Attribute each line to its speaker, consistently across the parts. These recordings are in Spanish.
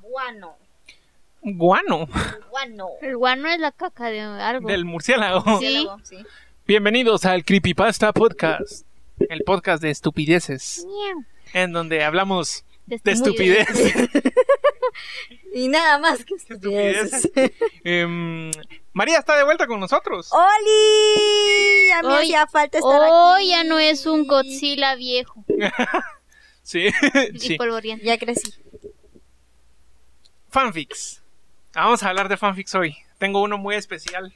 Speaker 1: guano.
Speaker 2: Guano.
Speaker 1: El guano.
Speaker 3: El guano es la caca de algo.
Speaker 2: Del murciélago.
Speaker 3: Sí.
Speaker 1: Murciélago, sí.
Speaker 2: Bienvenidos al Creepypasta Podcast. El podcast de estupideces.
Speaker 3: Miau.
Speaker 2: En donde hablamos de
Speaker 3: estupidez.
Speaker 2: estupideces.
Speaker 4: Y nada más que
Speaker 2: estupidez.
Speaker 4: estupideces.
Speaker 2: Em, María está de vuelta con nosotros.
Speaker 3: Oh.
Speaker 4: ¡Oli! A mí
Speaker 3: Hoy-
Speaker 4: hacía falta estar
Speaker 3: Oh,
Speaker 4: aquí.
Speaker 3: ya no es un Godzilla viejo
Speaker 2: Sí,
Speaker 3: y
Speaker 2: sí.
Speaker 3: polvoriento.
Speaker 4: Ya crecí.
Speaker 2: Fanfics. Vamos a hablar de fanfics hoy. Tengo uno muy especial.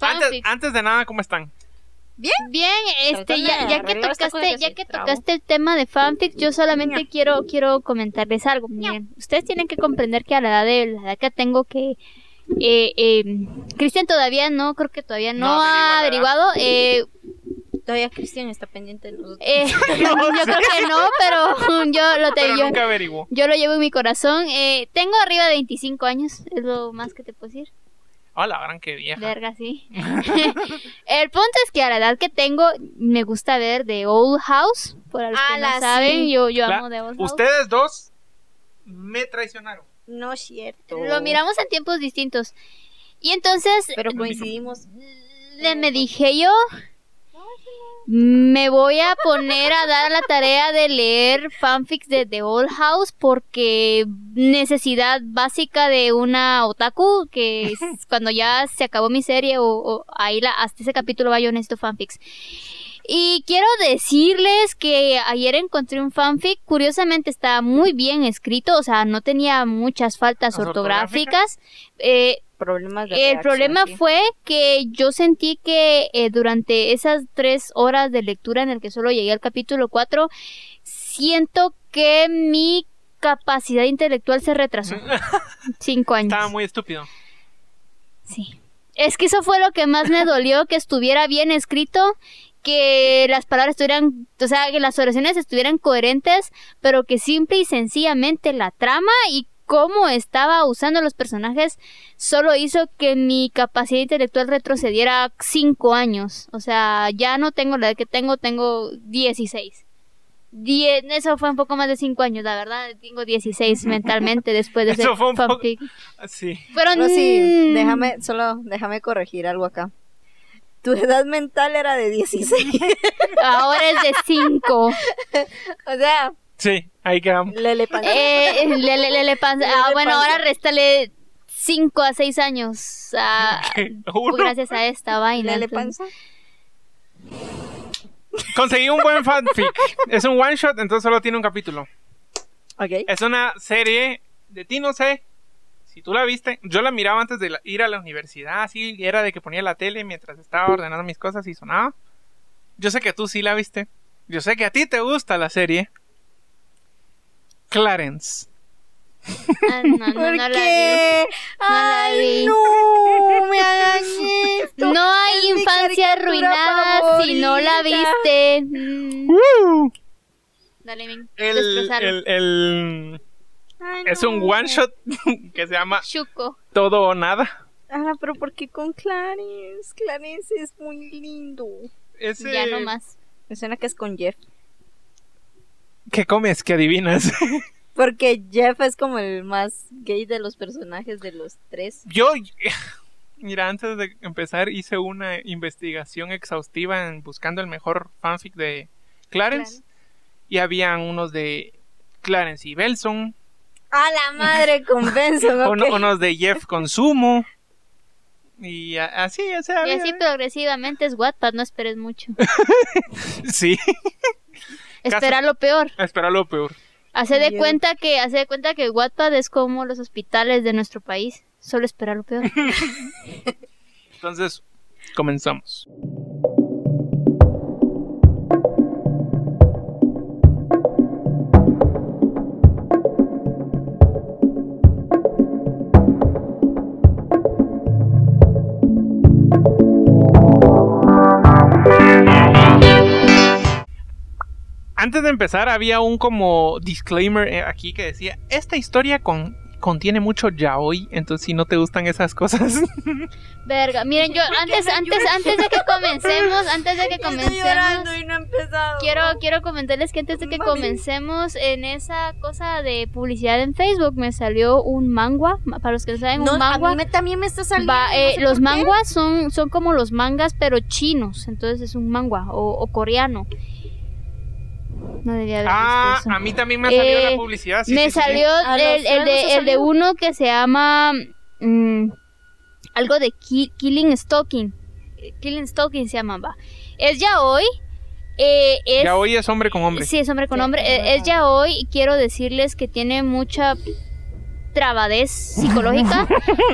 Speaker 2: Antes,
Speaker 3: Fanfic.
Speaker 2: antes de nada, ¿cómo están?
Speaker 3: Bien, este,
Speaker 4: Tratando de
Speaker 3: ya, ya que
Speaker 4: arreglar esta
Speaker 3: tocaste,
Speaker 4: cosa
Speaker 3: ya
Speaker 4: que
Speaker 3: que
Speaker 4: se trabó.
Speaker 3: tocaste el tema de fanfic, yo solamente quiero, quiero comentarles algo. Miren, ustedes tienen que comprender que a la edad de la edad que tengo que eh, eh, Cristian todavía no, creo que todavía no,
Speaker 2: No
Speaker 3: ha
Speaker 2: averigua
Speaker 3: averiguado. Eh,
Speaker 4: Todavía Cristian está pendiente de nosotros.
Speaker 3: eh, yo creo que no, pero yo lo te,
Speaker 2: Pero
Speaker 3: yo-
Speaker 2: nunca averiguó.
Speaker 3: yo lo llevo en mi corazón. Eh, tengo arriba de 25 años, es lo más que te puedo decir.
Speaker 2: Hola, Ah, gran qué vieja.
Speaker 3: Verga, sí. el punto es que a la edad que tengo, me gusta ver The Old House. Por los que
Speaker 4: Ala,
Speaker 3: no saben,
Speaker 4: Ah, sí.
Speaker 3: yo, yo
Speaker 2: La-
Speaker 3: amo The Old House.
Speaker 2: Ustedes dos me traicionaron.
Speaker 4: No es cierto.
Speaker 3: Lo miramos en tiempos distintos. Y entonces
Speaker 4: Pero coincidimos.
Speaker 3: le- me dije yo, me voy a poner a dar la tarea de leer fanfics de The Old House porque necesidad básica de una otaku que es cuando ya se acabó mi serie o, o ahí la, hasta ese capítulo va yo necesito fanfics. Y quiero decirles que ayer encontré un fanfic, curiosamente está muy bien escrito, o sea, no tenía muchas faltas
Speaker 2: ¿Las
Speaker 3: ortográficas. Eh,
Speaker 4: Problemas de
Speaker 3: el
Speaker 4: redacción,
Speaker 3: problema
Speaker 4: sí.
Speaker 3: fue que yo sentí que eh, durante esas tres horas de lectura en el que solo llegué al capítulo 4, siento que mi capacidad intelectual se retrasó. Cinco años.
Speaker 2: Estaba muy estúpido.
Speaker 3: Sí. Es que eso fue lo que más me dolió, que estuviera bien escrito, que las palabras estuvieran, o sea, que las oraciones estuvieran coherentes, pero que simple y sencillamente la trama y cómo estaba usando los personajes solo hizo que mi capacidad intelectual retrocediera cinco años. O sea, ya no tengo la edad que tengo, tengo 16. Die- eso fue un poco más de cinco años, la verdad, tengo 16 mentalmente después de
Speaker 2: Eso
Speaker 3: ese
Speaker 2: fue un poco-
Speaker 3: fanfic.
Speaker 2: Sí.
Speaker 3: Fueron
Speaker 4: Pero sí,
Speaker 3: mm,
Speaker 4: déjame, solo déjame corregir algo acá. Tu edad mental era de 16.
Speaker 3: Ahora es de 5.
Speaker 4: o sea,
Speaker 2: Sí, ahí quedamos.
Speaker 4: le le pan-
Speaker 3: Eh, le, le, le, le pan-
Speaker 4: Le, le
Speaker 3: ah, bueno,
Speaker 4: panza.
Speaker 3: ahora réstale 5 a 6 años. ah,
Speaker 2: Uno.
Speaker 3: gracias a esta vaina.
Speaker 4: le le
Speaker 3: entonces.
Speaker 4: panza.
Speaker 2: Conseguí un buen fanfic. es un one shot, entonces solo tiene un capítulo.
Speaker 4: Ok.
Speaker 2: Es una serie de ti, no sé. Si tú la viste, yo la miraba antes de la- ir a la universidad, así y era de que ponía la tele mientras estaba ordenando mis cosas y sonaba. Yo sé que tú sí la viste. Yo sé que a ti te gusta la serie. Clarence.
Speaker 3: Ah, no, no,
Speaker 4: ¿Por
Speaker 3: no la vi.
Speaker 4: qué?
Speaker 3: la vi.
Speaker 4: Ay, no, me hagan esto.
Speaker 3: No hay
Speaker 4: Es mi
Speaker 3: infancia
Speaker 4: caricatura
Speaker 3: arruinada si no la
Speaker 4: favorita.
Speaker 3: viste. Mm, Dale, ven.
Speaker 2: El,
Speaker 3: destrozalo.
Speaker 2: el- el-
Speaker 4: Ay,
Speaker 2: es un
Speaker 4: no.
Speaker 2: one shot que se llama
Speaker 3: Chuco.
Speaker 2: Todo o Nada.
Speaker 4: Ah, pero ¿por qué con Clarence? Clarence es muy lindo.
Speaker 2: Ese
Speaker 3: Ya no más.
Speaker 4: Me suena que es con Jeff.
Speaker 2: ¿Qué comes? ¿Qué adivinas?
Speaker 4: Porque Jeff es como el más gay de los personajes de los tres.
Speaker 2: Yo, mira, antes de empezar hice una investigación exhaustiva en buscando el mejor fanfic de Clarence. Y habían unos de Clarence y Belson,
Speaker 4: A la madre con Benson. ok.
Speaker 2: uno- unos de Jeff Consumo. Y a- así, o sea,
Speaker 3: Y
Speaker 2: había-
Speaker 3: así progresivamente es Wattpad, no esperes mucho.
Speaker 2: sí,
Speaker 3: Espera lo peor.
Speaker 2: espera lo peor.
Speaker 3: Hace de
Speaker 4: Dios.
Speaker 3: cuenta que, hace de cuenta que Wattpad es como los hospitales de nuestro país. Solo espera lo peor.
Speaker 2: Entonces, comenzamos. Antes de empezar había un como disclaimer eh, aquí que decía, esta historia con- contiene mucho yaoi, entonces si no te gustan esas cosas,
Speaker 3: Verga, miren, yo antes, antes, antes de que comencemos, antes de que
Speaker 4: Estoy llorando
Speaker 3: comencemos,
Speaker 4: y no he empezado.
Speaker 3: quiero, quiero comentarles que antes de que
Speaker 4: Mami.
Speaker 3: comencemos en esa cosa de publicidad en Facebook, me salió un mangua, ma- para los que no saben,
Speaker 4: No,
Speaker 3: un
Speaker 4: a
Speaker 3: mangua.
Speaker 4: mí me- también me está saliendo.
Speaker 3: va,
Speaker 4: no
Speaker 3: eh,
Speaker 4: sé
Speaker 3: los
Speaker 4: por qué.
Speaker 3: manguas son, son como los mangas, pero chinos, entonces es un mangua o, o coreano. No debería haber
Speaker 2: ah,
Speaker 3: visto eso.
Speaker 2: a mí también me ha salido
Speaker 3: Eh,
Speaker 2: la publicidad. sí,
Speaker 3: me
Speaker 2: sí, sí, sí.
Speaker 3: salió
Speaker 4: A los
Speaker 3: el,
Speaker 4: tres
Speaker 3: el
Speaker 4: nos
Speaker 3: de,
Speaker 4: ha
Speaker 3: el de
Speaker 4: salido.
Speaker 3: uno que se llama mm, algo de Ki- Killing Stalking. Eh, Killing Stalking se llama, va. Es ya hoy. eh, es,
Speaker 2: Ya hoy es hombre con hombre.
Speaker 3: Sí, es hombre con
Speaker 4: Sí,
Speaker 3: hombre.
Speaker 4: hombre
Speaker 3: Eh, Es
Speaker 4: con
Speaker 3: ya hoy y quiero decirles que tiene mucha trabadez psicológica.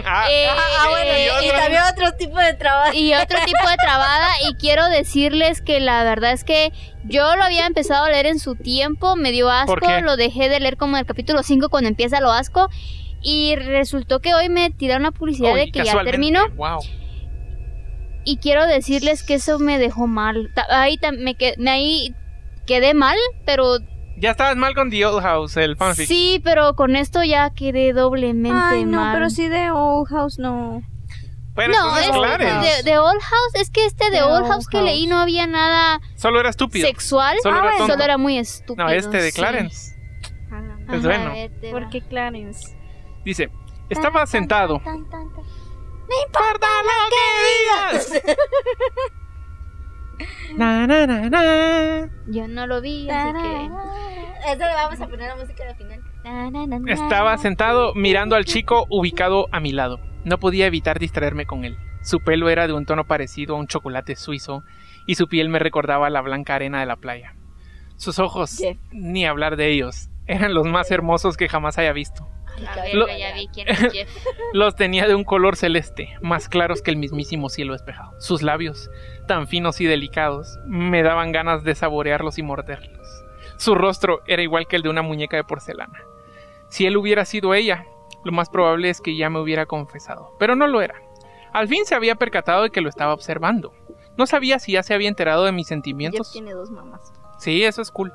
Speaker 2: Ah,
Speaker 3: Eh,
Speaker 4: Ah, ah, bueno,
Speaker 3: eh,
Speaker 4: y- y
Speaker 3: eh,
Speaker 4: también otro tipo de trabajo.
Speaker 3: y otro tipo de trabada y quiero decirles que la verdad es que yo lo había empezado a leer en su tiempo, me dio asco,
Speaker 2: ¿Por qué?
Speaker 3: lo dejé de leer como en el capítulo 5 cuando empieza lo asco y resultó que hoy me tiraron una publicidad
Speaker 2: uy,
Speaker 3: de que ya
Speaker 2: casualmente,
Speaker 3: terminó
Speaker 2: Wow.
Speaker 3: y quiero decirles que eso me dejó mal. Ta- Ahí tam- me, que- me ahí quedé mal, pero
Speaker 2: Ya estabas mal con The Old House, el fanfic.
Speaker 3: sí, pero con esto ya quedé doblemente
Speaker 4: Ay, no,
Speaker 3: mal.
Speaker 4: pero sí de Old House no.
Speaker 2: Pero
Speaker 3: no,
Speaker 2: entonces,
Speaker 3: es
Speaker 4: Old
Speaker 2: claro,
Speaker 4: House.
Speaker 3: de, de Old House, es que este de,
Speaker 4: De
Speaker 3: Old
Speaker 4: Old
Speaker 3: House que leí
Speaker 4: House.
Speaker 3: no había nada
Speaker 2: solo era estúpido.
Speaker 3: sexual,
Speaker 4: Ah,
Speaker 2: Solo era
Speaker 4: bueno.
Speaker 2: tonto.
Speaker 3: Solo era muy estúpido.
Speaker 2: no, este de
Speaker 3: sí.
Speaker 2: Clarence.
Speaker 3: Ajá,
Speaker 2: Es bueno.
Speaker 3: vete, va.
Speaker 4: Ah, ¿Por qué Clarence?
Speaker 2: Dice, estaba sentado.
Speaker 4: ¡Me importa lo que digas!
Speaker 2: Na, na, na, na.
Speaker 3: Yo no lo vi, así que.
Speaker 4: Eso le vamos a poner la música al final.
Speaker 3: Na, na, na, na.
Speaker 2: Estaba sentado mirando al chico ubicado a mi lado. No podía evitar distraerme con él. Su pelo era de un tono parecido a un chocolate suizo y su piel me recordaba la blanca arena de la playa. Sus ojos,
Speaker 4: Jeff.
Speaker 2: ni hablar de ellos, eran los más hermosos que jamás haya visto.
Speaker 3: A la
Speaker 2: Lo-
Speaker 3: verga, ya vi quién es Jeff.
Speaker 2: Los tenía de un color celeste, más claros que el mismísimo cielo despejado. Sus labios, tan finos y delicados, me daban ganas de saborearlos y morderlos. Su rostro era igual que el de una muñeca de porcelana. Si él hubiera sido ella, lo más probable es que ya me hubiera confesado, pero no lo era. Al fin se había percatado de que lo estaba observando. No sabía si ya se había enterado de mis
Speaker 4: Jeff
Speaker 2: sentimientos.
Speaker 4: tiene dos mamás.
Speaker 2: Sí, eso es cool.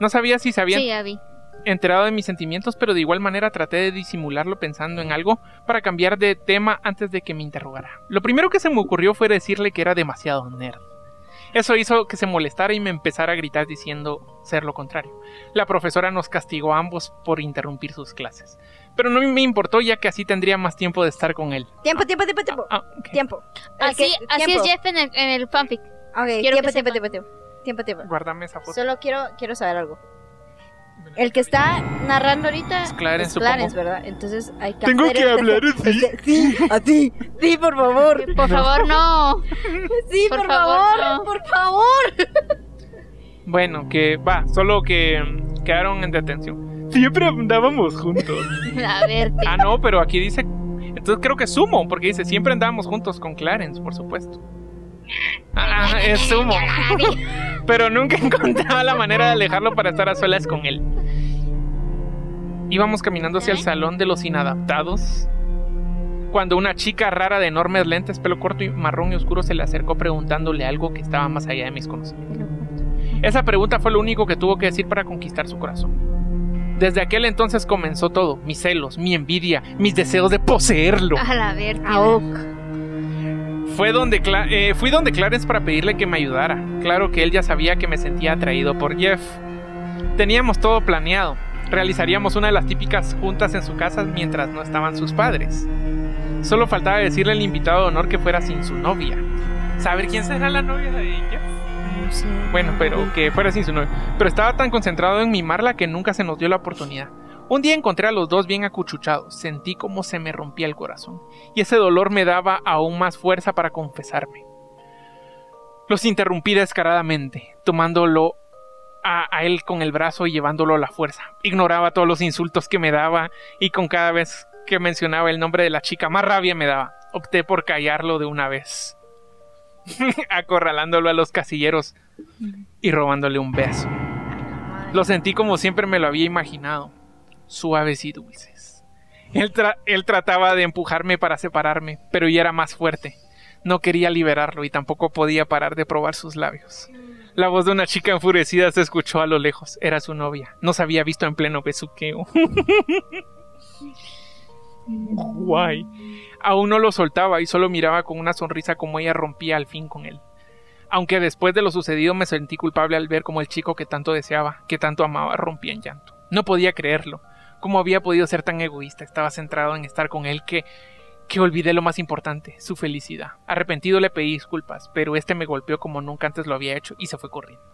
Speaker 2: No sabía si se había
Speaker 3: Sí, ya vi.
Speaker 2: enterado de mis sentimientos, pero de igual manera traté de disimularlo pensando en algo para cambiar de tema antes de que me interrogara. Lo primero que se me ocurrió fue decirle que era demasiado nerd. Eso hizo que se molestara y me empezara a gritar diciendo ser lo contrario. La profesora nos castigó a ambos por interrumpir sus clases. Pero no me importó ya que así tendría más tiempo de estar con él.
Speaker 4: Tiempo, tiempo, tiempo, tiempo.
Speaker 2: Ah, ok.
Speaker 4: Tiempo.
Speaker 3: Así,
Speaker 4: Ok,
Speaker 3: así es
Speaker 4: tiempo.
Speaker 3: Jeff en el, en el fanfic.
Speaker 4: Ok,
Speaker 3: Quiero
Speaker 4: tiempo,
Speaker 3: que
Speaker 4: tiempo,
Speaker 3: sepan.
Speaker 4: tiempo, tiempo. Tiempo, tiempo.
Speaker 2: Guárdame esa foto.
Speaker 4: Solo quiero, quiero saber algo. El que está narrando ahorita
Speaker 2: Es Clarence,
Speaker 4: es Clarence,
Speaker 2: supongo.
Speaker 4: ¿verdad? Entonces hay que
Speaker 2: Tengo
Speaker 4: hacer
Speaker 2: que
Speaker 4: este-
Speaker 2: hablar así.
Speaker 4: este- sí, a ti. Sí, por favor.
Speaker 3: Por favor, no.
Speaker 4: Sí,
Speaker 3: Por
Speaker 4: por,
Speaker 3: favor,
Speaker 4: favor,
Speaker 3: no.
Speaker 4: por favor.
Speaker 2: Bueno, que va, solo que mm, quedaron en detención. Siempre andábamos juntos.
Speaker 3: A verte.
Speaker 2: Ah, no, pero aquí dice. Entonces creo que sumo, porque dice siempre andábamos juntos con Clarence, por supuesto. Ah, es sumo. Pero nunca encontraba la manera de alejarlo para estar a solas con él. Íbamos caminando hacia el salón de los inadaptados. Cuando una chica rara de enormes lentes, pelo corto y marrón y oscuro se le acercó preguntándole algo que estaba más allá de mis conocimientos. Esa pregunta fue lo único que tuvo que decir para conquistar su corazón. Desde aquel entonces comenzó todo, mis celos, mi envidia, mis deseos de poseerlo.
Speaker 3: A la verte.
Speaker 2: Fue donde Cla- eh, fui donde Clarence para pedirle que me ayudara. Claro que él ya sabía que me sentía atraído por Jeff. Teníamos todo planeado. Realizaríamos una de las típicas juntas en su casa mientras no estaban sus padres. Solo faltaba decirle al invitado de honor que fuera sin su novia. ¿Saber quién será la novia de Jeff? Bueno, pero que fuera sin su novio. Pero estaba tan concentrado en mimarla que nunca se nos dio la oportunidad. Un día encontré a los dos bien acuchuchados. Sentí como se me rompía el corazón. Y ese dolor me daba aún más fuerza para confesarme. Los interrumpí descaradamente, tomándolo a, a él con el brazo y llevándolo a la fuerza. Ignoraba todos los insultos que me daba y con cada vez que mencionaba el nombre de la chica más rabia me daba. Opté por callarlo de una vez, acorralándolo a los casilleros y robándole un beso. Lo sentí como siempre me lo había imaginado, suaves y dulces. Él, tra- él trataba de empujarme para separarme, pero yo era más fuerte. No quería liberarlo y tampoco podía parar de probar sus labios. La voz de una chica enfurecida se escuchó a lo lejos. Era su novia. Nos había visto en pleno besuqueo. Guay. Aún no lo soltaba y solo miraba con una sonrisa como ella rompía al fin con él. Aunque después de lo sucedido me sentí culpable al ver cómo el chico que tanto deseaba, que tanto amaba, rompía en llanto. No podía creerlo. ¿Cómo había podido ser tan egoísta? Estaba centrado en estar con él que que olvidé lo más importante, su felicidad. Arrepentido le pedí disculpas, pero este me golpeó como nunca antes lo había hecho y se fue corriendo.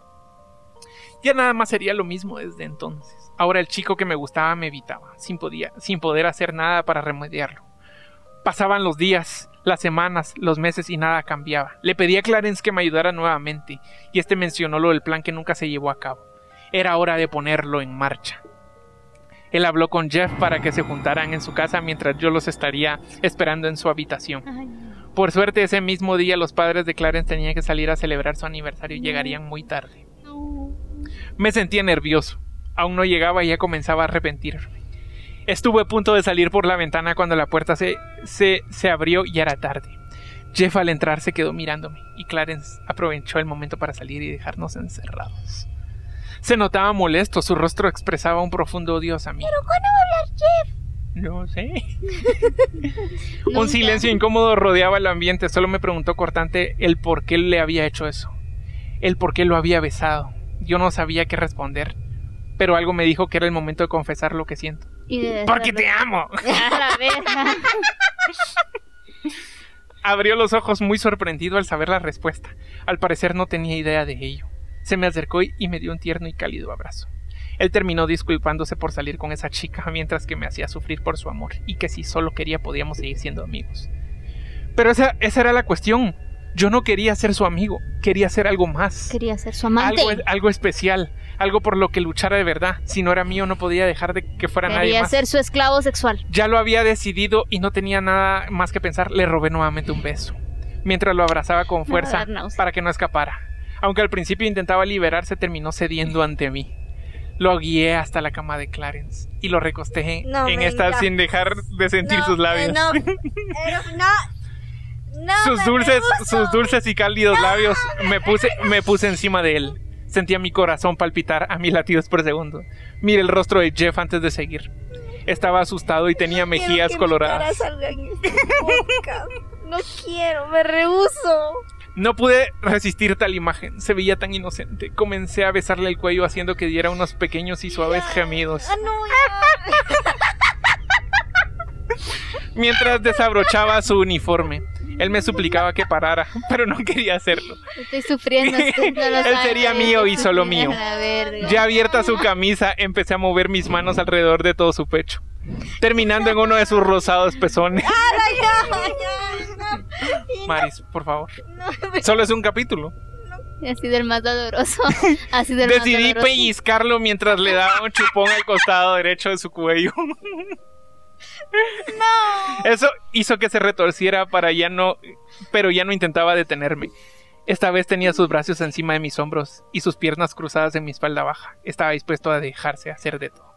Speaker 2: Ya nada más sería lo mismo desde entonces. Ahora el chico que me gustaba me evitaba, sin, podía- sin poder hacer nada para remediarlo. Pasaban los días, las semanas, los meses y nada cambiaba. Le pedí a Clarence que me ayudara nuevamente, y este mencionó lo del plan que nunca se llevó a cabo. Era hora de ponerlo en marcha. Él habló con Jeff para que se juntaran en su casa mientras yo los estaría esperando en su habitación. Por suerte ese mismo día los padres de Clarence tenían que salir a celebrar su aniversario y llegarían muy tarde. Me sentía nervioso. Aún no llegaba y ya comenzaba a arrepentirme. Estuve a punto de salir por la ventana cuando la puerta se, se, se abrió y era tarde. Jeff al entrar se quedó mirándome y Clarence aprovechó el momento para salir y dejarnos encerrados. Se notaba molesto, su rostro expresaba un profundo odio hacia mí. ¿Pero cuándo va a hablar Jeff? No sé. Un silencio incómodo rodeaba el ambiente, solo me preguntó cortante el por qué le había hecho eso, el por qué lo había besado. Yo no sabía qué responder, pero algo me dijo que era el momento de confesar lo que siento. Porque te amo.
Speaker 3: A la verga.
Speaker 2: Abrió los ojos muy sorprendido al saber la respuesta. Al parecer no tenía idea de ello. Se me acercó y y me dio un tierno y cálido abrazo. Él terminó disculpándose por salir con esa chica mientras que me hacía sufrir por su amor y que si solo quería podíamos seguir siendo amigos. Pero esa, esa era la cuestión. Yo no quería ser su amigo, quería ser algo más.
Speaker 3: Quería ser su amante.
Speaker 2: Algo, algo especial, algo por lo que luchara de verdad. Si no era mío no podía dejar de que fuera nadie
Speaker 3: Quería
Speaker 2: más.
Speaker 3: ser su esclavo sexual.
Speaker 2: Ya lo había decidido y no tenía nada más que pensar, le robé nuevamente un beso, mientras lo abrazaba con
Speaker 3: Me va a
Speaker 2: fuerza
Speaker 3: dar náuseas.
Speaker 2: para que no escapara. Aunque al principio intentaba liberarse, terminó cediendo ante mí. Lo guié hasta la cama de Clarence y lo recosté
Speaker 4: No
Speaker 2: en
Speaker 4: me
Speaker 2: esta
Speaker 4: digas.
Speaker 2: sin dejar de sentir sus labios.
Speaker 4: No, pero no. No,
Speaker 2: sus
Speaker 4: me
Speaker 2: dulces,
Speaker 4: rehuso.
Speaker 2: sus dulces y cálidos labios me puse, me puse encima de él. Sentía mi corazón palpitar a mil latidos por segundo. Miré el rostro de Jeff antes de seguir. Estaba asustado y tenía
Speaker 4: Quiero
Speaker 2: mejillas
Speaker 4: que mi
Speaker 2: coloradas.
Speaker 4: cara salga en esta boca. No quiero, me rehuso.
Speaker 2: No pude resistir tal imagen, se veía tan inocente. Comencé a besarle el cuello haciendo que diera unos pequeños y suaves gemidos.
Speaker 4: Ah, no, ya.
Speaker 2: Mientras desabrochaba su uniforme, él me suplicaba que parara, pero no quería hacerlo.
Speaker 3: Estoy sufriendo. usted no lo
Speaker 2: Él
Speaker 3: sabe.
Speaker 2: sería mío y solo mío.
Speaker 3: A la verga.
Speaker 2: Ya abierta su camisa, empecé a mover mis manos alrededor de todo su pecho, terminando en uno de sus rosados pezones.
Speaker 4: Ay, ya, no. Y no,
Speaker 2: Maris, por favor.
Speaker 4: no,
Speaker 2: Solo es un capítulo.
Speaker 3: Ha sido el más doloroso. Ha sido el
Speaker 2: Decidí
Speaker 3: más doloroso.
Speaker 2: pellizcarlo mientras le daba un chupón al costado derecho de su cuello. Eso hizo que se retorciera para ya no, pero ya no intentaba detenerme. Esta vez tenía sus brazos encima de mis hombros y sus piernas cruzadas en mi espalda baja. Estaba dispuesto a dejarse hacer de todo.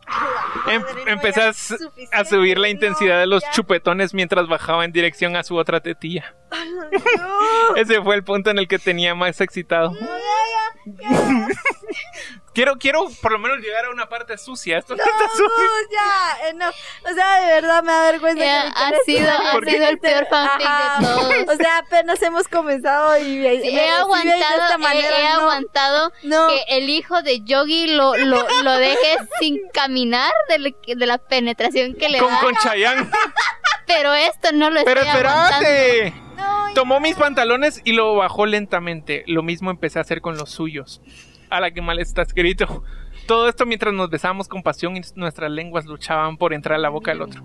Speaker 2: Em-
Speaker 4: madre, no,
Speaker 2: empecé
Speaker 4: ya
Speaker 2: a,
Speaker 4: es
Speaker 2: su-
Speaker 4: suficiente,
Speaker 2: a subir la
Speaker 4: no,
Speaker 2: intensidad de los
Speaker 4: ya.
Speaker 2: chupetones mientras bajaba en dirección a su otra tetilla.
Speaker 4: no,
Speaker 2: Ese fue el punto en el que tenía más excitado.
Speaker 4: no, ya, ya, ya,
Speaker 2: Quiero, quiero por lo menos llegar a una parte sucia. Esto no está sucio.
Speaker 4: no, ya, eh, no. O sea, de verdad me da vergüenza.
Speaker 3: Ya,
Speaker 4: que mi
Speaker 3: ha
Speaker 4: cara
Speaker 3: sido-
Speaker 4: esté-
Speaker 2: ha ¿Por
Speaker 3: sido el peor fanfic de
Speaker 4: Ajá.
Speaker 3: todos.
Speaker 4: O sea, apenas hemos comenzado y me-
Speaker 3: Sí,
Speaker 4: me
Speaker 3: he
Speaker 4: recibe
Speaker 3: aguantado,
Speaker 4: de esta
Speaker 3: he-
Speaker 4: manera,
Speaker 3: he,
Speaker 4: no,
Speaker 3: aguantado
Speaker 4: No,
Speaker 3: que el hijo de Yogi lo, lo, lo deje sin caminar de, la- de la penetración que le
Speaker 2: Con,
Speaker 3: da.
Speaker 2: con Chayanne.
Speaker 3: Pero esto no lo
Speaker 2: Pero
Speaker 3: estoy aguantando.
Speaker 2: espérate.
Speaker 4: no, ya.
Speaker 2: Tomó mis pantalones y lo bajó lentamente. Lo mismo empecé a hacer con los suyos. A la que mal está escrito. Todo esto mientras nos besábamos con pasión y nuestras lenguas luchaban por entrar a la boca del otro.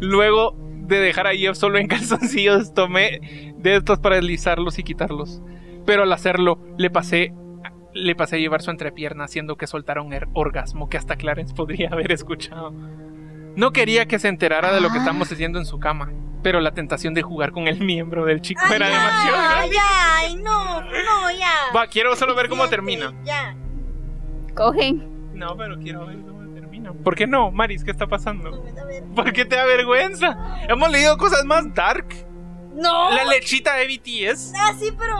Speaker 2: Luego de dejar a Jeff solo en calzoncillos, tomé de estos para deslizarlos y quitarlos. Pero al hacerlo, le pasé, le pasé a llevar su entrepierna, haciendo que soltara un er- orgasmo que hasta Clarence podría haber escuchado. No quería que se enterara de lo que
Speaker 3: Ah.
Speaker 2: estábamos haciendo en su cama, pero la tentación de jugar con el miembro del chico
Speaker 4: Ay,
Speaker 2: era
Speaker 4: ya,
Speaker 2: demasiado grande.
Speaker 4: ya, ay, no, no, ya.
Speaker 2: Va, quiero solo ver cómo
Speaker 4: Siente,
Speaker 2: termina.
Speaker 4: Ya.
Speaker 3: Cogen.
Speaker 2: No, pero quiero ver cómo termina. ¿Por qué no, Maris? ¿Qué está pasando?
Speaker 4: A ver.
Speaker 2: ¿Por qué te avergüenza? Hemos leído cosas más dark.
Speaker 4: No.
Speaker 2: La lechita de BTS.
Speaker 4: Ah, sí, pero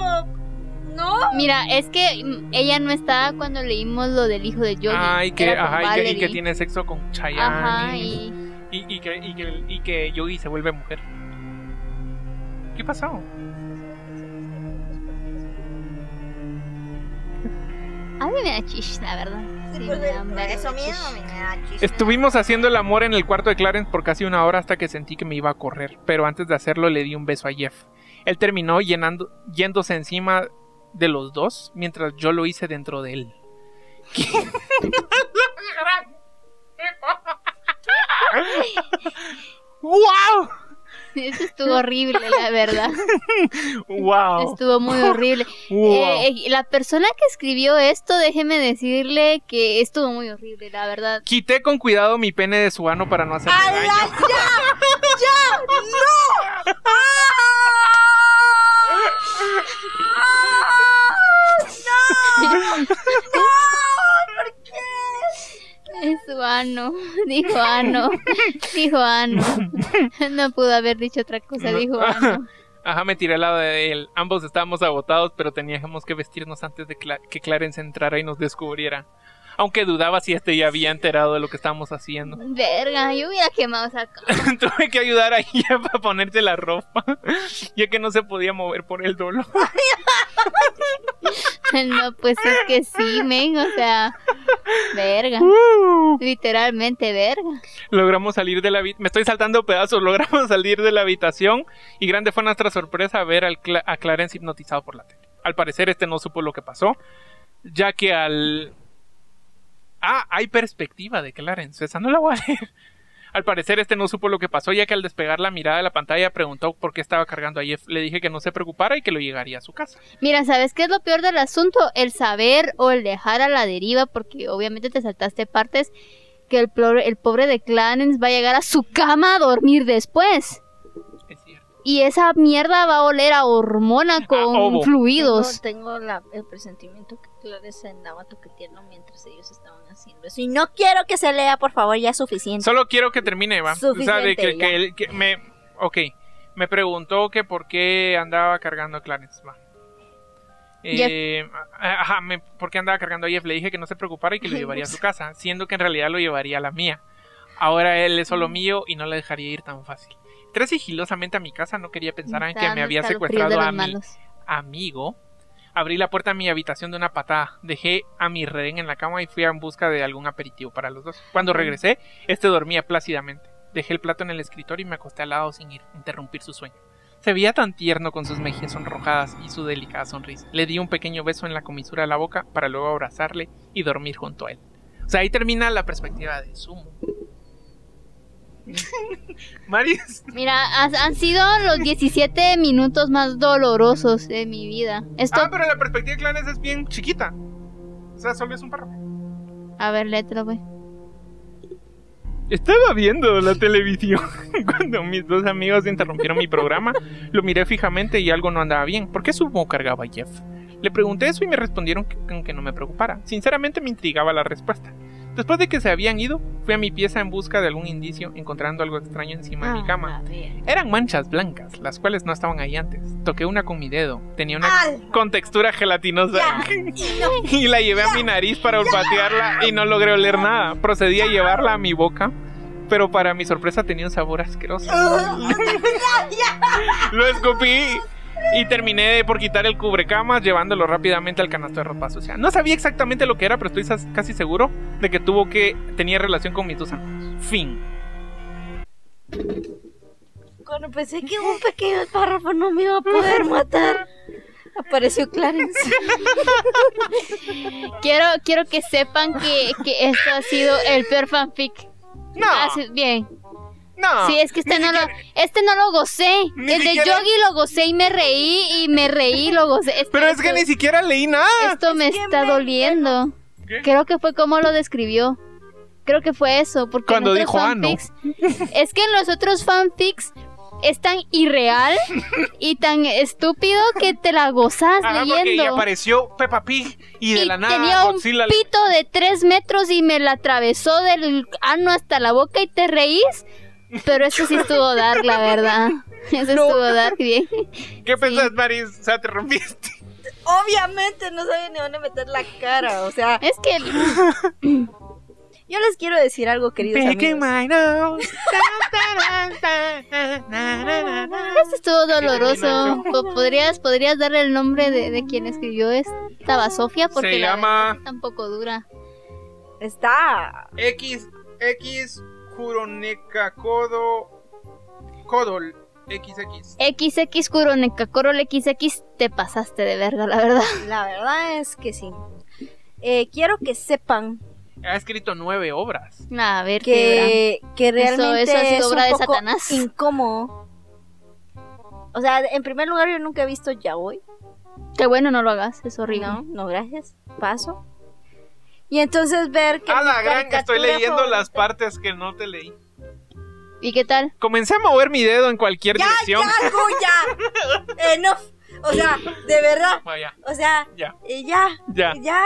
Speaker 4: No.
Speaker 3: Mira, es que mm, ella no estaba cuando leímos lo del hijo de Johnny.
Speaker 2: Ah, y que,
Speaker 3: era con
Speaker 2: ajá, y que, y que
Speaker 3: Valerie.
Speaker 2: tiene sexo con Chayanne.
Speaker 3: Ajá,
Speaker 2: y...
Speaker 3: y...
Speaker 2: y que, y, que, y que Yogi se vuelve mujer. ¿Qué pasó?
Speaker 3: A mí me da chis, la verdad. Sí, me da un vergo
Speaker 4: pues, eso
Speaker 3: de
Speaker 4: mismo,
Speaker 3: chis.
Speaker 4: me da chiste.
Speaker 2: Estuvimos haciendo el amor en el cuarto de Clarence por casi una hora hasta que sentí que me iba a correr, pero antes de hacerlo le di un beso a Jeff. Él terminó llenando, yéndose encima de los dos mientras yo lo hice dentro de él. ¡Wow!
Speaker 3: Eso estuvo horrible, la verdad.
Speaker 2: ¡Wow!
Speaker 3: Estuvo muy horrible. Eh, eh, la persona que escribió esto, déjeme decirle que estuvo muy horrible, la verdad.
Speaker 2: Quité con cuidado mi pene de su ano para no hacerle
Speaker 4: ¡A
Speaker 2: daño.
Speaker 4: la ya! ¡Ya! ¡No! ¡Ah! ¡Ah! ¡No! ¡No! ¿Por qué?
Speaker 3: Su ano, dijo ano, dijo ano. No pudo haber dicho otra cosa,
Speaker 2: No.
Speaker 3: dijo ano.
Speaker 2: Ajá, me tiré al lado de él. Ambos estábamos agotados, pero teníamos que vestirnos antes de cla- que Clarence entrara y nos descubriera. Aunque dudaba si este ya había enterado de lo que estábamos haciendo.
Speaker 3: Verga, yo hubiera quemado esa ca-
Speaker 2: Tuve que ayudar a ella para ponerte la ropa, ya que no se podía mover por el dolor.
Speaker 3: No, pues es que sí, men, o sea, verga. Literalmente verga.
Speaker 2: Logramos salir de la habitación. Me estoy saltando pedazos. Logramos salir de la habitación y grande fue nuestra sorpresa ver al Cla- a Clarence hipnotizado por la tele. Al parecer, este no supo lo que pasó, ya que al. Ah, hay perspectiva de Clarence. Esa no la voy a leer. Al parecer, este no supo lo que pasó, ya que al despegar la mirada de la pantalla preguntó por qué estaba cargando a Jeff. Le dije que no se preocupara y que lo llegaría a su casa.
Speaker 3: Mira, ¿sabes qué es lo peor del asunto? El saber o el dejar a la deriva, porque obviamente te saltaste partes que el, plo- el pobre de Clarence va a llegar a su cama a dormir después.
Speaker 2: Es cierto.
Speaker 3: Y esa mierda va a oler a hormona con
Speaker 2: ovo.
Speaker 3: fluidos.
Speaker 4: Tengo, tengo la- el presentimiento que Clarence andaba toqueteando mientras ellos estaban haciendo eso. Y no quiero que se lea, por favor, ya es suficiente.
Speaker 2: Solo quiero que termine, va.
Speaker 4: Suficiente,
Speaker 2: o sea, de que,
Speaker 4: ya.
Speaker 2: que él- que me. Ok. Me preguntó que por qué andaba cargando a Clarence, va. Eh, a- Ajá, me- por qué andaba cargando a Jeff. Le dije que no se preocupara y que lo llevaría a su casa, siendo que en realidad lo llevaría a la mía. Ahora él es
Speaker 3: Mm.
Speaker 2: solo mío y no le dejaría ir tan fácil. Entré sigilosamente a mi casa, no quería pensar en
Speaker 3: Está
Speaker 2: que me
Speaker 3: dando
Speaker 2: había
Speaker 3: escalofríos
Speaker 2: secuestrado
Speaker 3: de
Speaker 2: a
Speaker 3: las
Speaker 2: mi
Speaker 3: manos.
Speaker 2: amigo. Abrí la puerta a mi habitación de una patada, dejé a mi rehén en la cama y fui en busca de algún aperitivo para los dos. Cuando regresé, este dormía plácidamente. Dejé el plato en el escritorio y me acosté al lado sin ir- interrumpir su sueño. Se veía tan tierno con sus mejillas sonrojadas y su delicada sonrisa. Le di un pequeño beso en la comisura de la boca para luego abrazarle y dormir junto a él. O sea, ahí termina la perspectiva de Sumo. Maris,
Speaker 3: Mira, has- han sido los 17 minutos más dolorosos de mi vida. Esto,
Speaker 2: ah, pero la perspectiva de Clanes es bien chiquita. O sea, solo es un párrafo.
Speaker 3: a ver, léetelo, güey.
Speaker 2: Estaba viendo la televisión cuando mis dos amigos interrumpieron mi programa. Lo miré fijamente y algo no andaba bien. ¿Por qué sumo cargaba a Jeff? Le pregunté eso y me respondieron que, con que no me preocupara. Sinceramente me intrigaba la respuesta. Después de que se habían ido, fui a mi pieza en busca de algún indicio, encontrando algo extraño encima de mi cama.
Speaker 3: Ah, ver.
Speaker 2: Eran manchas blancas, las cuales no estaban ahí antes. Toqué una con mi dedo. Tenía una
Speaker 4: ¡Al!
Speaker 2: con textura gelatinosa. y la llevé a mi nariz para olfatearla y no logré oler nada. Procedí a llevarla a mi boca, pero para mi sorpresa tenía un sabor asqueroso. Lo escupí y terminé de por quitar el cubrecamas llevándolo rápidamente al canasto de ropa sucia. No sabía exactamente lo que era, pero estoy sas- casi seguro de que tuvo que tenía relación con mis dos amigos. Fin.
Speaker 4: Cuando pensé que un pequeño párrafo no me iba a poder matar, apareció Clarence.
Speaker 3: Quiero, quiero que sepan que, que esto ha sido el peor fanfic.
Speaker 2: No,
Speaker 3: Ah, sí, bien.
Speaker 2: no.
Speaker 3: Sí, es que este no lo, este no lo gocé.
Speaker 2: Ah. Ni
Speaker 3: el de
Speaker 2: siquiera-
Speaker 3: Yogi lo gocé y me reí y me reí y lo gocé. Este-
Speaker 2: pero es que ni
Speaker 3: esto-
Speaker 2: siquiera leí nada.
Speaker 3: Esto me
Speaker 4: Es que
Speaker 3: está
Speaker 4: me-
Speaker 3: doliendo.
Speaker 2: ¿Qué?
Speaker 3: Creo que fue como lo describió. Creo que fue eso. Porque en
Speaker 2: Cuando
Speaker 3: otros
Speaker 2: dijo, "Ah, no".
Speaker 3: fanfics- Es que en los otros fanfics es tan irreal y tan estúpido que te la gozas
Speaker 2: Ajá, Ah, porque y
Speaker 3: leyendo.
Speaker 2: apareció Peppa Pig y de
Speaker 3: Y
Speaker 2: la nada
Speaker 3: tenía un
Speaker 2: Godzilla le-
Speaker 3: pito de tres metros y me la atravesó del ano hasta la boca y te reís. Pero eso sí estuvo dark, la verdad. Eso
Speaker 2: No.
Speaker 3: estuvo dark bien.
Speaker 2: ¿Qué pensás, Maris? O sea, te rompiste.
Speaker 4: obviamente no saben ni dónde meter la cara. O sea,
Speaker 3: Es que
Speaker 4: yo les quiero decir algo, queridos
Speaker 2: Picking
Speaker 4: amigos.
Speaker 2: my nose. Tan, tan, tan, tan, na, na, na.
Speaker 3: esto estuvo doloroso. Po- ¿Podrías, podrías darle el nombre de, de quien escribió esta basofia porque
Speaker 2: Se
Speaker 3: la
Speaker 2: llama
Speaker 3: verdad tampoco dura.
Speaker 4: Está.
Speaker 2: X X Kuroneka Kodo Kodol XX.
Speaker 3: XX Kuroneka Corol XX, te pasaste de verga, la verdad.
Speaker 4: La verdad es que sí. Eh, quiero que sepan
Speaker 2: Ha escrito nueve obras.
Speaker 3: A ver qué.
Speaker 4: que, que realmente
Speaker 3: eso ha sido
Speaker 4: es
Speaker 3: obra de
Speaker 4: un poco
Speaker 3: Satanás.
Speaker 4: incómodo. O sea, en primer lugar yo nunca he visto Yaoi.
Speaker 3: Qué bueno, no lo hagas, es horrible.
Speaker 4: No, no, gracias. Paso. Y entonces ver que...
Speaker 2: A
Speaker 4: mi
Speaker 2: la gran, estoy
Speaker 4: caricatura
Speaker 2: leyendo
Speaker 4: favorita-
Speaker 2: las partes que no te leí.
Speaker 3: ¿Y qué tal?
Speaker 2: Comencé a mover mi dedo en cualquier
Speaker 4: Ya,
Speaker 2: dirección.
Speaker 4: ya, Gu, ya. Enough. O sea, de verdad.
Speaker 2: Ah, ya,
Speaker 4: O sea,
Speaker 2: ya,
Speaker 4: eh, ya,
Speaker 2: ya.
Speaker 4: ya.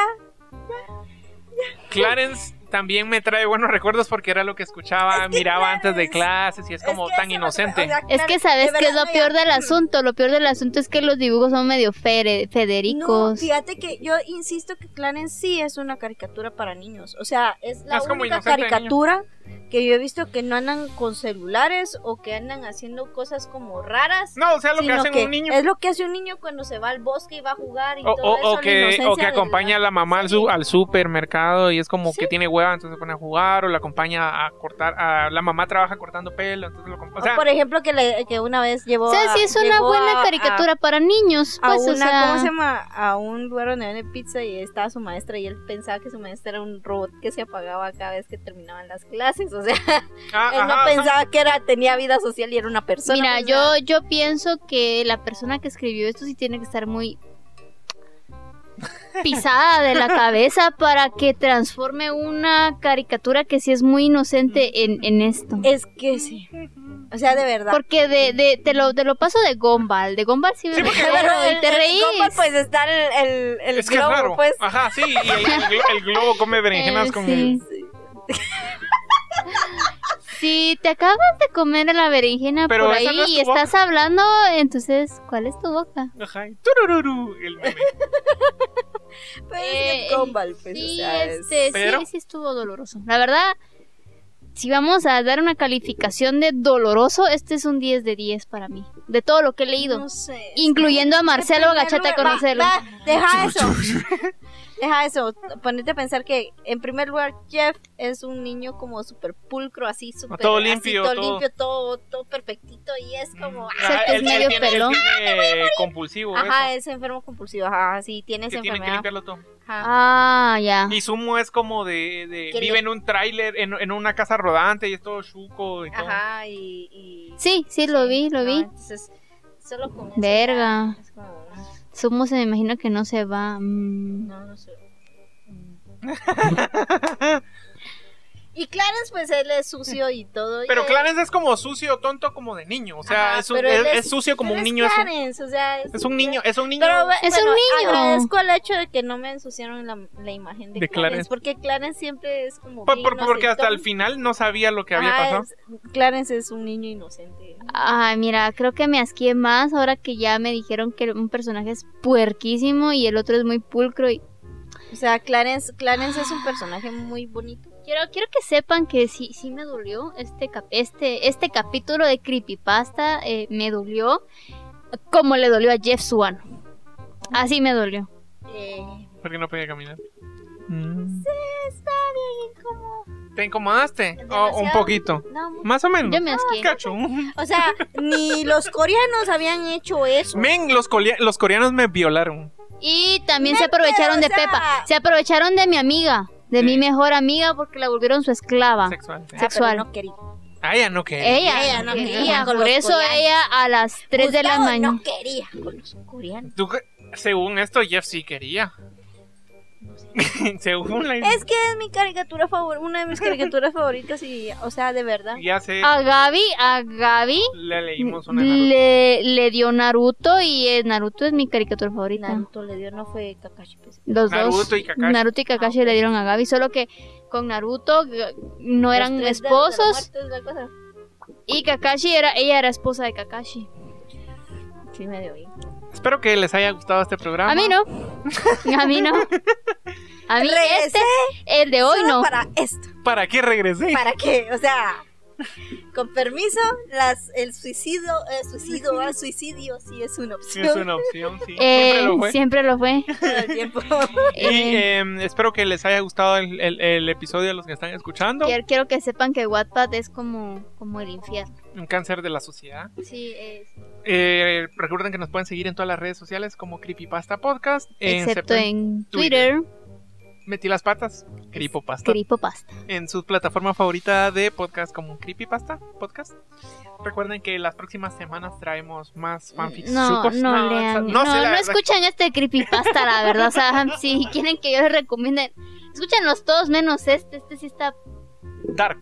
Speaker 2: Clarence también me trae buenos recuerdos porque era lo que escuchaba,
Speaker 4: Es que
Speaker 2: miraba antes de
Speaker 4: Clarence-
Speaker 2: clases y es como
Speaker 4: que
Speaker 2: tan
Speaker 4: eso no se me-
Speaker 2: inocente.
Speaker 4: o sea,
Speaker 3: Es
Speaker 4: claro,
Speaker 3: que sabes
Speaker 4: de
Speaker 3: que es lo
Speaker 4: verdad,
Speaker 3: peor del
Speaker 4: mira,
Speaker 3: asunto. Lo peor del asunto es que los dibujos son medio fere-
Speaker 4: No,
Speaker 3: federicos.
Speaker 4: fíjate que yo insisto que Clarence sí es una caricatura para niños. O sea, es la
Speaker 2: Es como
Speaker 4: única
Speaker 2: inocente de
Speaker 4: caricatura que yo he visto que no andan con celulares o que andan haciendo cosas como raras.
Speaker 2: No, o sea, lo que
Speaker 4: sino
Speaker 2: hacen
Speaker 4: que
Speaker 2: un niño.
Speaker 4: Es lo que hace un niño cuando se va al bosque y va a jugar y
Speaker 2: O,
Speaker 4: todo
Speaker 2: o-
Speaker 4: eso.
Speaker 2: o
Speaker 4: la
Speaker 2: que, o
Speaker 4: inocencia
Speaker 2: que
Speaker 4: de
Speaker 2: acompaña a la mamá al, su- al supermercado y es como que tiene hueva, entonces se pone a jugar, o la acompaña a cortar, a, la mamá trabaja cortando pelo, entonces lo acompa-
Speaker 4: O
Speaker 2: O sea,
Speaker 4: por ejemplo, que, le- que una vez llevó
Speaker 3: O sea,
Speaker 4: a-
Speaker 3: sí es una
Speaker 4: llevó
Speaker 3: buena
Speaker 4: a- a-
Speaker 3: caricatura para niños.
Speaker 4: a
Speaker 3: Pues, o
Speaker 4: una, ¿cómo se
Speaker 3: sea,
Speaker 4: llama? A un lugar donde venden pizza y estaba su maestra y él pensaba que su maestra era un robot que se apagaba cada vez que terminaban las clases. O sea,
Speaker 2: ah,
Speaker 4: él
Speaker 2: ajá,
Speaker 4: no pensaba que era, tenía vida social y era una persona.
Speaker 3: mira,
Speaker 4: pues,
Speaker 3: yo, yo pienso que la persona que escribió esto sí tiene que estar muy pisada de la cabeza para que transforme una caricatura que sí es muy
Speaker 4: Mm.
Speaker 3: inocente en, en esto.
Speaker 4: Es que sí. O sea, de verdad.
Speaker 3: Porque de, de- te, lo, te lo paso de Gombal. De Gombal sí, me
Speaker 4: Pero
Speaker 3: y te
Speaker 4: el- el
Speaker 3: reís.
Speaker 4: compa, pues está el, el, el
Speaker 2: es que
Speaker 4: globo,
Speaker 2: es raro. Ah.
Speaker 4: pues.
Speaker 2: Ajá, sí, y el, el glo- el globo come berenjenas
Speaker 3: Eh,
Speaker 2: con
Speaker 3: sí. Si te acabas de comer la berenjena
Speaker 2: Pero
Speaker 3: por ahí
Speaker 2: esa no es
Speaker 3: y
Speaker 2: tu
Speaker 3: estás hablando, entonces, ¿cuál es tu boca?
Speaker 2: el. Ajá, y turururu, el meme.
Speaker 4: Pues es
Speaker 3: Eh,
Speaker 4: Gumball, pues. o
Speaker 3: sí,
Speaker 4: sea, es-
Speaker 3: este, sí,
Speaker 2: Pero-
Speaker 3: sí, estuvo doloroso. La verdad, si vamos a dar una calificación de doloroso, este es un 10 de 10 para mí. De todo lo que he leído.
Speaker 4: No sé.
Speaker 3: incluyendo a Marcelo,
Speaker 4: En primer
Speaker 3: agachate a
Speaker 4: lugar- va,
Speaker 3: conocerlo.
Speaker 4: va, deja eso. deja eso. Ponete a pensar que, en primer lugar, Jeff es un niño como súper pulcro, así, súper.
Speaker 2: Todo
Speaker 4: así,
Speaker 2: limpio,
Speaker 4: Todo,
Speaker 2: todo.
Speaker 4: limpio, todo, todo perfectito. Y es como. ah,
Speaker 2: Ah,
Speaker 3: sea, que es
Speaker 2: él- él
Speaker 3: medio
Speaker 2: tiene- él
Speaker 3: pelón.
Speaker 2: tiene compulsivo,
Speaker 4: Ajá,
Speaker 2: Mm, eso,
Speaker 4: es enfermo compulsivo. Ajá, sí, tiene esa
Speaker 2: que tiene que
Speaker 4: enfermedad.
Speaker 2: limpiarlo todo.
Speaker 4: Ajá.
Speaker 3: Ah, ya.
Speaker 2: Y Sumo es como de. de-
Speaker 4: Que
Speaker 2: vive
Speaker 4: le-
Speaker 2: en un tráiler, en, en una casa rodante y es todo chuco y todo.
Speaker 4: Ajá, y. y-
Speaker 3: Sí, sí, lo vi, lo
Speaker 4: no,
Speaker 3: vi.
Speaker 4: entonces, solo con eso ya
Speaker 3: Verga.
Speaker 4: es como,
Speaker 3: Sumo se me imagino que no se va. mm.
Speaker 4: no, no sé. Y Clarence, pues él es sucio y todo. y
Speaker 2: Pero
Speaker 4: él-
Speaker 2: Clarence es como sucio, tonto como de niño. O sea,
Speaker 4: Ajá,
Speaker 2: es, un-
Speaker 4: pero
Speaker 2: es-
Speaker 4: él es-
Speaker 2: es sucio como
Speaker 4: pero
Speaker 2: un
Speaker 4: es
Speaker 2: niño. Es un,
Speaker 4: Clarence, o sea,
Speaker 2: es un niño, es un niño.
Speaker 4: Pero, bu-
Speaker 3: Es un
Speaker 4: bueno,
Speaker 3: niño.
Speaker 4: Agradezco el hecho de que no me ensuciaron la, la imagen de,
Speaker 2: De
Speaker 4: Clarence,
Speaker 2: Clarence.
Speaker 4: porque Clarence siempre es como.
Speaker 2: Por-
Speaker 4: bien
Speaker 2: por- porque hasta el
Speaker 4: inocentón.
Speaker 2: final no sabía lo que había
Speaker 4: Ajá,
Speaker 2: pasado.
Speaker 4: "Ah, es- Clarence es un niño inocente.
Speaker 3: Ay, mira, creo que me asqué más ahora que ya me dijeron que un personaje es puerquísimo y el otro es muy pulcro. Y...
Speaker 4: O sea, Clarence, Clarence es un personaje muy bonito.
Speaker 3: Quiero, quiero que sepan que sí, sí me dolió este, cap- este, este capítulo de Creepypasta. eh, me dolió como le dolió a Jeff Suano. Así me dolió.
Speaker 4: Eh,
Speaker 2: Porque no podía caminar. Mm.
Speaker 4: está bien incómodo.
Speaker 2: ¿Te incomodaste? O- un
Speaker 4: Demasiado.
Speaker 2: poquito.
Speaker 4: No, mucho.
Speaker 2: Más o menos. Ah,
Speaker 3: Yo me asqué.
Speaker 2: Cacho.
Speaker 4: O sea, ni los coreanos habían hecho eso.
Speaker 2: Men, los, colia- los coreanos me violaron.
Speaker 3: Y también se
Speaker 4: Neta,
Speaker 3: aprovecharon
Speaker 4: o
Speaker 3: de
Speaker 4: sea-
Speaker 3: Pepa. Se aprovecharon de mi amiga, de
Speaker 2: Sí.
Speaker 3: mi mejor amiga, porque la volvieron su esclava.
Speaker 2: Sexual.
Speaker 4: Ah,
Speaker 2: sí.
Speaker 4: pero
Speaker 3: sexual.
Speaker 4: no quería.
Speaker 2: Ah, ya no que.
Speaker 3: Ella,
Speaker 4: Ella
Speaker 3: no
Speaker 4: no
Speaker 3: quería,
Speaker 4: quería con
Speaker 3: por
Speaker 4: los
Speaker 3: eso
Speaker 4: coreanos.
Speaker 3: ella a las 3 de la
Speaker 4: Gustavo
Speaker 3: mañana.
Speaker 4: No quería con los coreanos.
Speaker 2: Tú que- según esto, Jeff sí quería. según la.
Speaker 4: Es que es mi caricatura favorita, una de mis caricaturas favoritas y, o sea, de verdad.
Speaker 2: Ya sé,
Speaker 4: Ah.
Speaker 3: A Gaby, a Gaby
Speaker 2: le leímos una. Naruto.
Speaker 3: le, le dio Naruto y eh, Naruto es mi caricatura favorita.
Speaker 4: Naruto le dio, no fue Kakashi. pues.
Speaker 3: Los
Speaker 2: Naruto
Speaker 3: dos.
Speaker 2: y Kakashi.
Speaker 3: Naruto y
Speaker 4: Ah,
Speaker 3: Kakashi le dieron a Gaby, solo que con Naruto g- no eran
Speaker 4: Los tres dedos de la
Speaker 3: esposos
Speaker 4: muerte es la cosa.
Speaker 3: y Kakashi era ella era esposa de Kakashi.
Speaker 4: Sí, me dio bien.
Speaker 2: Espero que les haya gustado este programa.
Speaker 3: A mí no. A mí no. A mí este,
Speaker 4: Regresé
Speaker 3: el de hoy
Speaker 4: solo
Speaker 3: no.
Speaker 4: Para esto.
Speaker 2: ¿Para qué regresé?
Speaker 4: ¿Para qué? O sea, con permiso, las, el suicidio, el suicidio, el suicidio sí es una
Speaker 2: Sí,
Speaker 4: opción.
Speaker 2: es una opción, sí.
Speaker 3: Eh,
Speaker 2: Siempre lo fue.
Speaker 3: siempre lo fue.
Speaker 4: todo el tiempo.
Speaker 2: Y
Speaker 3: Eh,
Speaker 2: em, espero que les haya gustado el, el- el episodio a los que están escuchando.
Speaker 3: quiero, quiero que sepan que Wattpad es como, como el infierno.
Speaker 2: Un cáncer de la sociedad.
Speaker 3: Sí, es.
Speaker 2: Eh, recuerden que nos pueden seguir en todas las redes sociales como Creepypasta Podcast.
Speaker 3: Excepto
Speaker 2: Septem-
Speaker 3: en
Speaker 2: Eh, Twitter.
Speaker 3: Twitter,
Speaker 2: Metí las patas. Creepypasta.
Speaker 3: Gripopasta.
Speaker 2: en su plataforma favorita de podcast como Creepypasta Podcast. Recuerden que las próximas semanas traemos más fanfics.
Speaker 3: No, no,
Speaker 2: chucos.
Speaker 3: lean.
Speaker 2: no
Speaker 3: No,
Speaker 2: sé, la
Speaker 3: no
Speaker 2: verdad.
Speaker 3: escuchan este creepypasta, la verdad. O sea, si quieren que yo les recomiende, escúchenlos todos menos este. Este sí está
Speaker 2: Dark.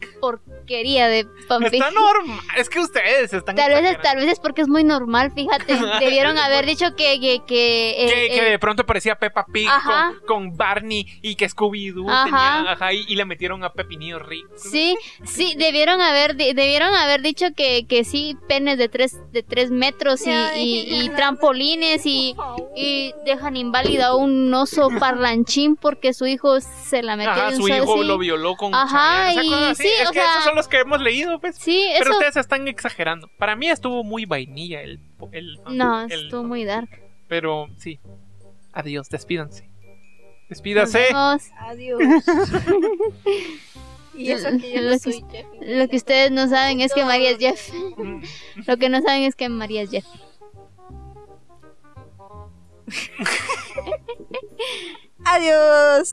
Speaker 3: quería de fanfic.
Speaker 2: Está normal. Es que ustedes están.
Speaker 3: Tal vez, es,
Speaker 2: exagerando.
Speaker 3: tal vez es porque es muy normal, fíjate. Debieron haber dicho que. que, que, eh,
Speaker 2: Que, que
Speaker 3: eh,
Speaker 2: de pronto parecía Peppa Pig
Speaker 3: Ajá.
Speaker 2: con, con Barney y que Scooby-Doo
Speaker 3: Ajá.
Speaker 2: tenía ajá, y, y le metieron a Pepinillo Rick.
Speaker 3: Sí, sí, debieron haber, di- debieron haber dicho que, que sí, penes de tres, de tres metros y, y- y trampolines y, y dejan inválido a un oso parlanchín porque su hijo se la metió
Speaker 2: Ajá,
Speaker 3: de un
Speaker 2: su
Speaker 3: solo-
Speaker 2: hijo
Speaker 3: sí.
Speaker 2: lo violó con
Speaker 3: Ajá,
Speaker 2: Chayanne, esa
Speaker 3: y
Speaker 2: cosa así.
Speaker 3: sí,
Speaker 2: es
Speaker 3: o
Speaker 2: que
Speaker 3: sea-
Speaker 2: esos son los que hemos leído, pues.
Speaker 3: Sí,
Speaker 2: Pero
Speaker 3: eso.
Speaker 2: ustedes están exagerando. Para mí estuvo muy vainilla el. el
Speaker 3: No,
Speaker 2: Ah, el-
Speaker 3: estuvo muy dark.
Speaker 2: Pero sí. Adiós, despídanse. Despídase.
Speaker 3: Nos vemos.
Speaker 4: Adiós. y eso que yo
Speaker 3: Lo que-
Speaker 4: no soy Jeff.
Speaker 3: Lo que ustedes no saben es que María es Jeff.
Speaker 2: Mm.
Speaker 3: Lo que no saben es que María es Jeff.
Speaker 4: Adiós.